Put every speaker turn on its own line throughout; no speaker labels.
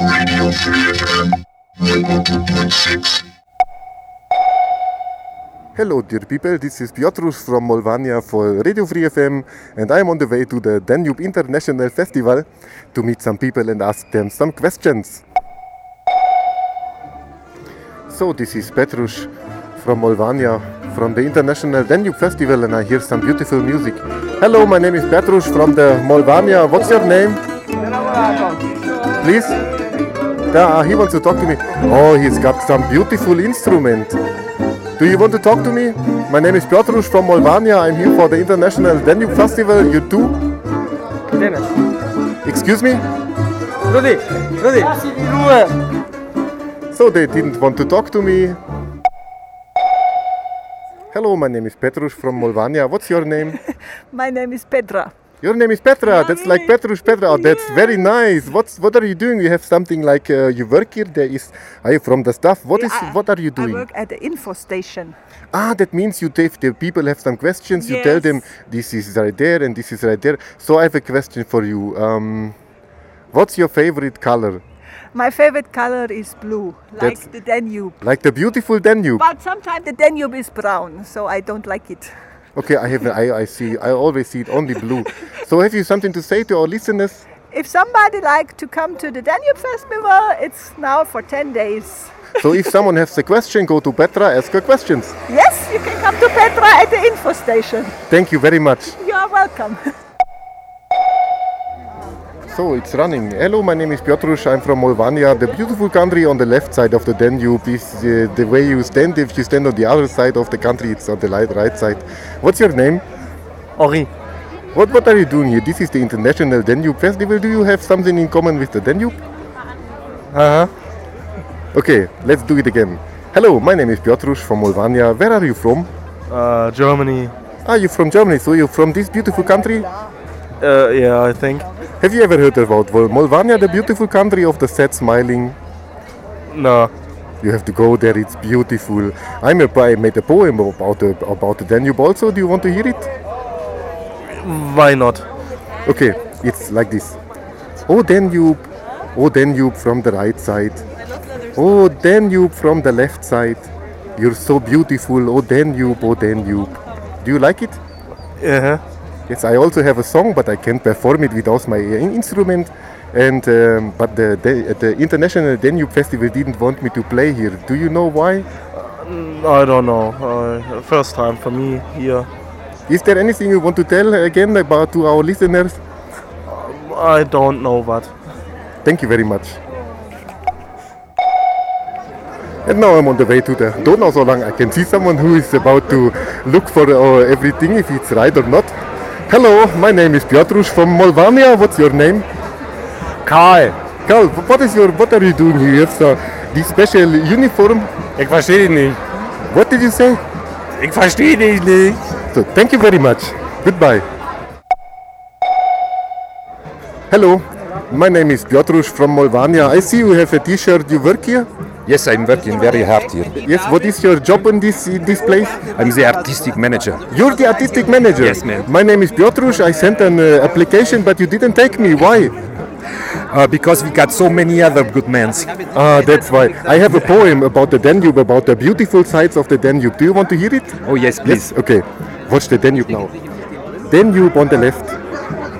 Radio Free FM 102.6.
Hello, dear people. This is Piotrus from Molvania for Radio Free FM, and I am on the way to the Danube International Festival to meet some people and ask them some questions. So, this is Petrus from Molvania from the International Danube Festival, and I hear some beautiful music. Hello, my name is Petrus from the Molvania. What's your name? Please? Yeah, he wants to talk to me. Oh, he's got some beautiful instrument. Do you want to talk to me? My name is Piotrusz from Molvania. I'm here for the International Danube Festival. You too?
Dennis.
Excuse me?
Rudy, Rudy.
So they didn't want to talk to me. Hello, my name is Petrusz from Molvania. What's your name?
My name is Petra.
Your name is Petra. That's like Petrusz Petra. Oh, that's very nice. What's what are you doing? You have something like uh, you work here. There is. Are you from the staff? What is?
I-
What are you doing?
I work at the info station.
Ah, that means you take the people have some questions. You tell them this is right there and this is right there. So I have a question for you. Um, what's your favorite color?
My favorite color is blue, like
That's-
the Danube.
Like the beautiful Danube.
But sometimes the Danube is brown, so I don't like it.
Okay, I have. I, I see. I always see it only blue. so have you something to say to our listeners?
If somebody like to come to the Danube Festival, it's now for 10 days.
So if someone has a question, go to Petra, ask her questions.
Yes, you can come to Petra at the info station.
Thank you very much.
You are welcome.
So it's running. Hello, my name is Piotrusz. I'm from Molvania. The beautiful country on the left side of the Danube is uh, the way you stand. If you stand on the other side of the country, it's on the li- right side. What's your name?
Henri.
What What are you doing here? This is the International Danube Festival. Do you have something in common with the Danube? Uh-huh.
Uh huh.
Okay, let's do it again. Hello, my name is Piotrusz from Molvania. Where are you from?
Uh, Germany.
Are you from Germany? So you're from this beautiful country?
Uh, yeah, I think.
Have you ever heard about Vol- Molvania, the beautiful country of the sad smiling?
No.
You have to go there. It's beautiful. I'm a, I made a poem about the about the Danube. Also, do you want to hear it?
Why not?
Okay, it's like this. Oh Danube, oh Danube from the right side. Oh Danube from the left side. You're so beautiful. Oh Danube, oh Danube. Do you like it?
Uh-huh.
Uh huh.
Yes, I also have a song, but I can't perform it without my uh, instrument. And um, but the, the the International Danube Festival didn't want me to play here. Do you know why?
I don't know. Uh, first time for me here.
Is there anything you want to tell again about to our listeners?
I don't know what.
Thank you very much. And now I'm on the way to the Donau so long I can see someone who is about to look for uh, everything, if it's right or not. Hello, my name is Piotrusz from Molvania. What's your name?
Karl,
Karl, what is your, what are you doing here? So, this special uniform,
ich verstehe dich nicht.
what did you say?
Ich verstehe dich nicht.
So, thank you very much. Goodbye. Hello, my name is Piotrusz from Molvania. I see you have a t-shirt. You work here?
Yes, I'm working very hard here.
Yes, what is your job in this in this place?
I'm the artistic manager.
You're the artistic manager.
Yes, ma'am.
My name is Piotrusz. I sent an uh, application, but you didn't take me. Why?
Uh, because we got so many other good men.
Ah, that's why. I have a poem about the Danube, about the beautiful sides of the Danube. Do you want to hear it?
Oh, yes, please.
Okay. Watch the Danube now. Danube on the left,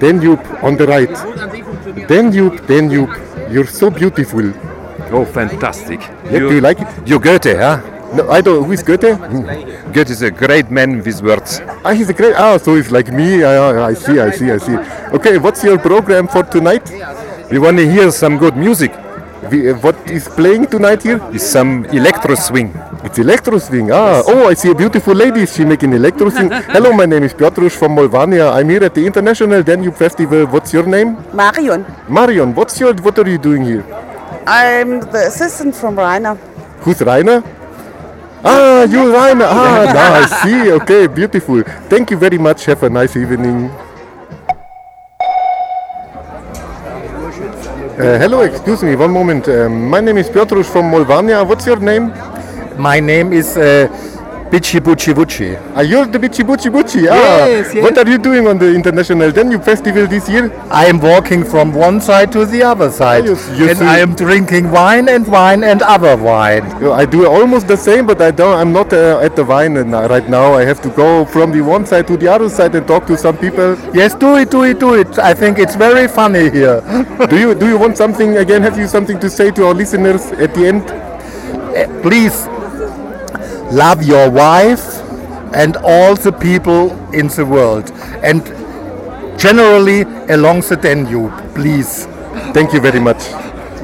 Danube on the right. Danube, Danube, you're so beautiful.
Oh, fantastic.
Yeah, do you like it?
You Goethe, huh?
No, I don't. Who is Goethe?
Goethe is a great man with words.
Ah, he's a great. Ah, so he's like me. I, I see, I see, I see. Okay, what's your program for tonight?
We want to hear some good music.
We, uh, what is playing tonight here?
It's some electro swing.
It's electro swing. Ah, oh, I see a beautiful lady. She making electro swing. Hello, my name is Piotrusz from Molvania. I'm here at the International Danube Festival. What's your name?
Marion.
Marion. What's your? What are you doing here?
I'm the assistant from Rainer.
Who's Rainer? Ah, you Rainer. Ah, now I see. Okay, beautiful. Thank you very much. Have a nice evening. Uh, hello, excuse me, one moment. Um, my name is Piotrusz from Molvania. What's your name?
My name is uh,
Bitchy Butchy Wutchy.
Ah, you're the Bitchy Butchy Butchy. Ah.
Yes, yes.
What are you doing on the International Danube Festival this year?
I am walking from one side to the other side.
You- you
and
see-
I am drinking wine and wine and other wine.
Well, I do almost the same, but I don't. I'm not uh, at the wine and, uh, right now. I have to go from the one side to the other side and talk to some people.
Yes, do it, do it, do it. I think it's very funny here.
do you do you want something again? Have you something to say to our listeners at the end?
Please love your wife and all the people in the world. And generally along the Danube, please.
Thank you very much.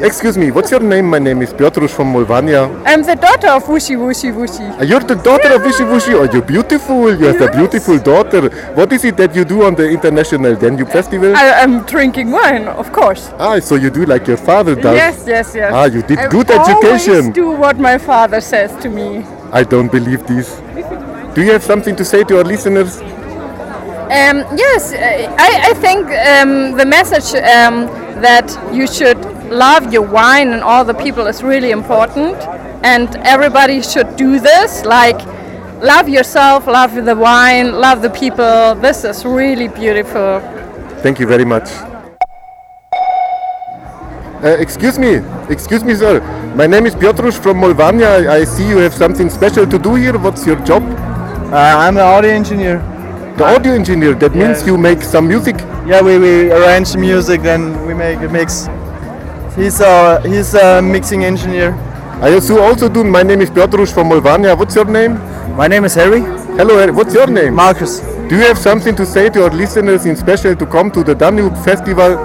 Excuse me, what's your name? My name is Piotrusz from Mulvania.
I'm the daughter of Wushi Wushi Wushi.
Uh, You're the daughter of Wishy Wushi. Oh, you're beautiful. You have a beautiful daughter. What is it that you do on the International Danube Festival?
I am drinking wine, of course.
Ah, so you do like your father does.
Yes, yes, yes.
Ah, you did
I
good
Always
education.
do what my father says to me.
I don't believe this. Do you have something to say to our listeners?
Um, yes, I, I think um, the message um, that you should love your wine and all the people is really important, and everybody should do this. Like, love yourself, love the wine, love the people. This is really beautiful.
Thank you very much. Uh, excuse me, excuse me, sir. My name is Piotrusz from Molvania. I, I see you have something special to do here. What's your job?
Uh, I'm an audio engineer.
The audio engineer. That means
Yes.
you make some music.
Yeah, we, we arrange music, then we make a mix. He's a he's a mixing engineer.
I also also do. My name is Piotrusz from Molvania. What's your name?
My name is Harry.
Hello, Harry. what's your name?
Marcus.
Do you have something to say to our listeners in special to come to the Danube Festival?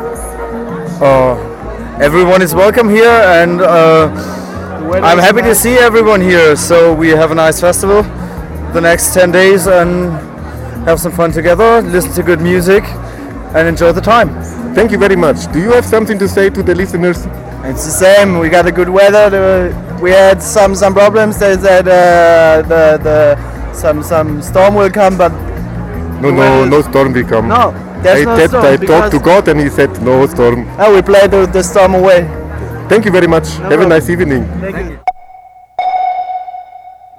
Uh, everyone is welcome here, and uh, I'm happy to see everyone here. So we have a nice festival the next 10 days and have some fun together, listen to good music, and enjoy the time.
Thank you very much. Do you have something to say to the listeners?
It's the same. We got a good weather. The, we had some some problems. They said uh, the the some some storm will come, but
No, no, no storm will come.
no, there's
I,
no
that-
storm.
I
because-
talked to God and He said no storm.
Oh, we played the, the storm away.
Thank you very much. Have a
problem.
nice evening.
Thank you.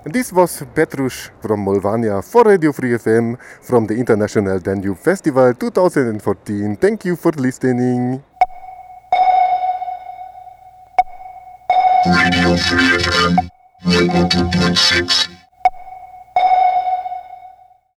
This was Petrush from Molvania for Radio Free FM from the International Danube Festival 2014. Thank you for listening.
Radio Free FM 102.6.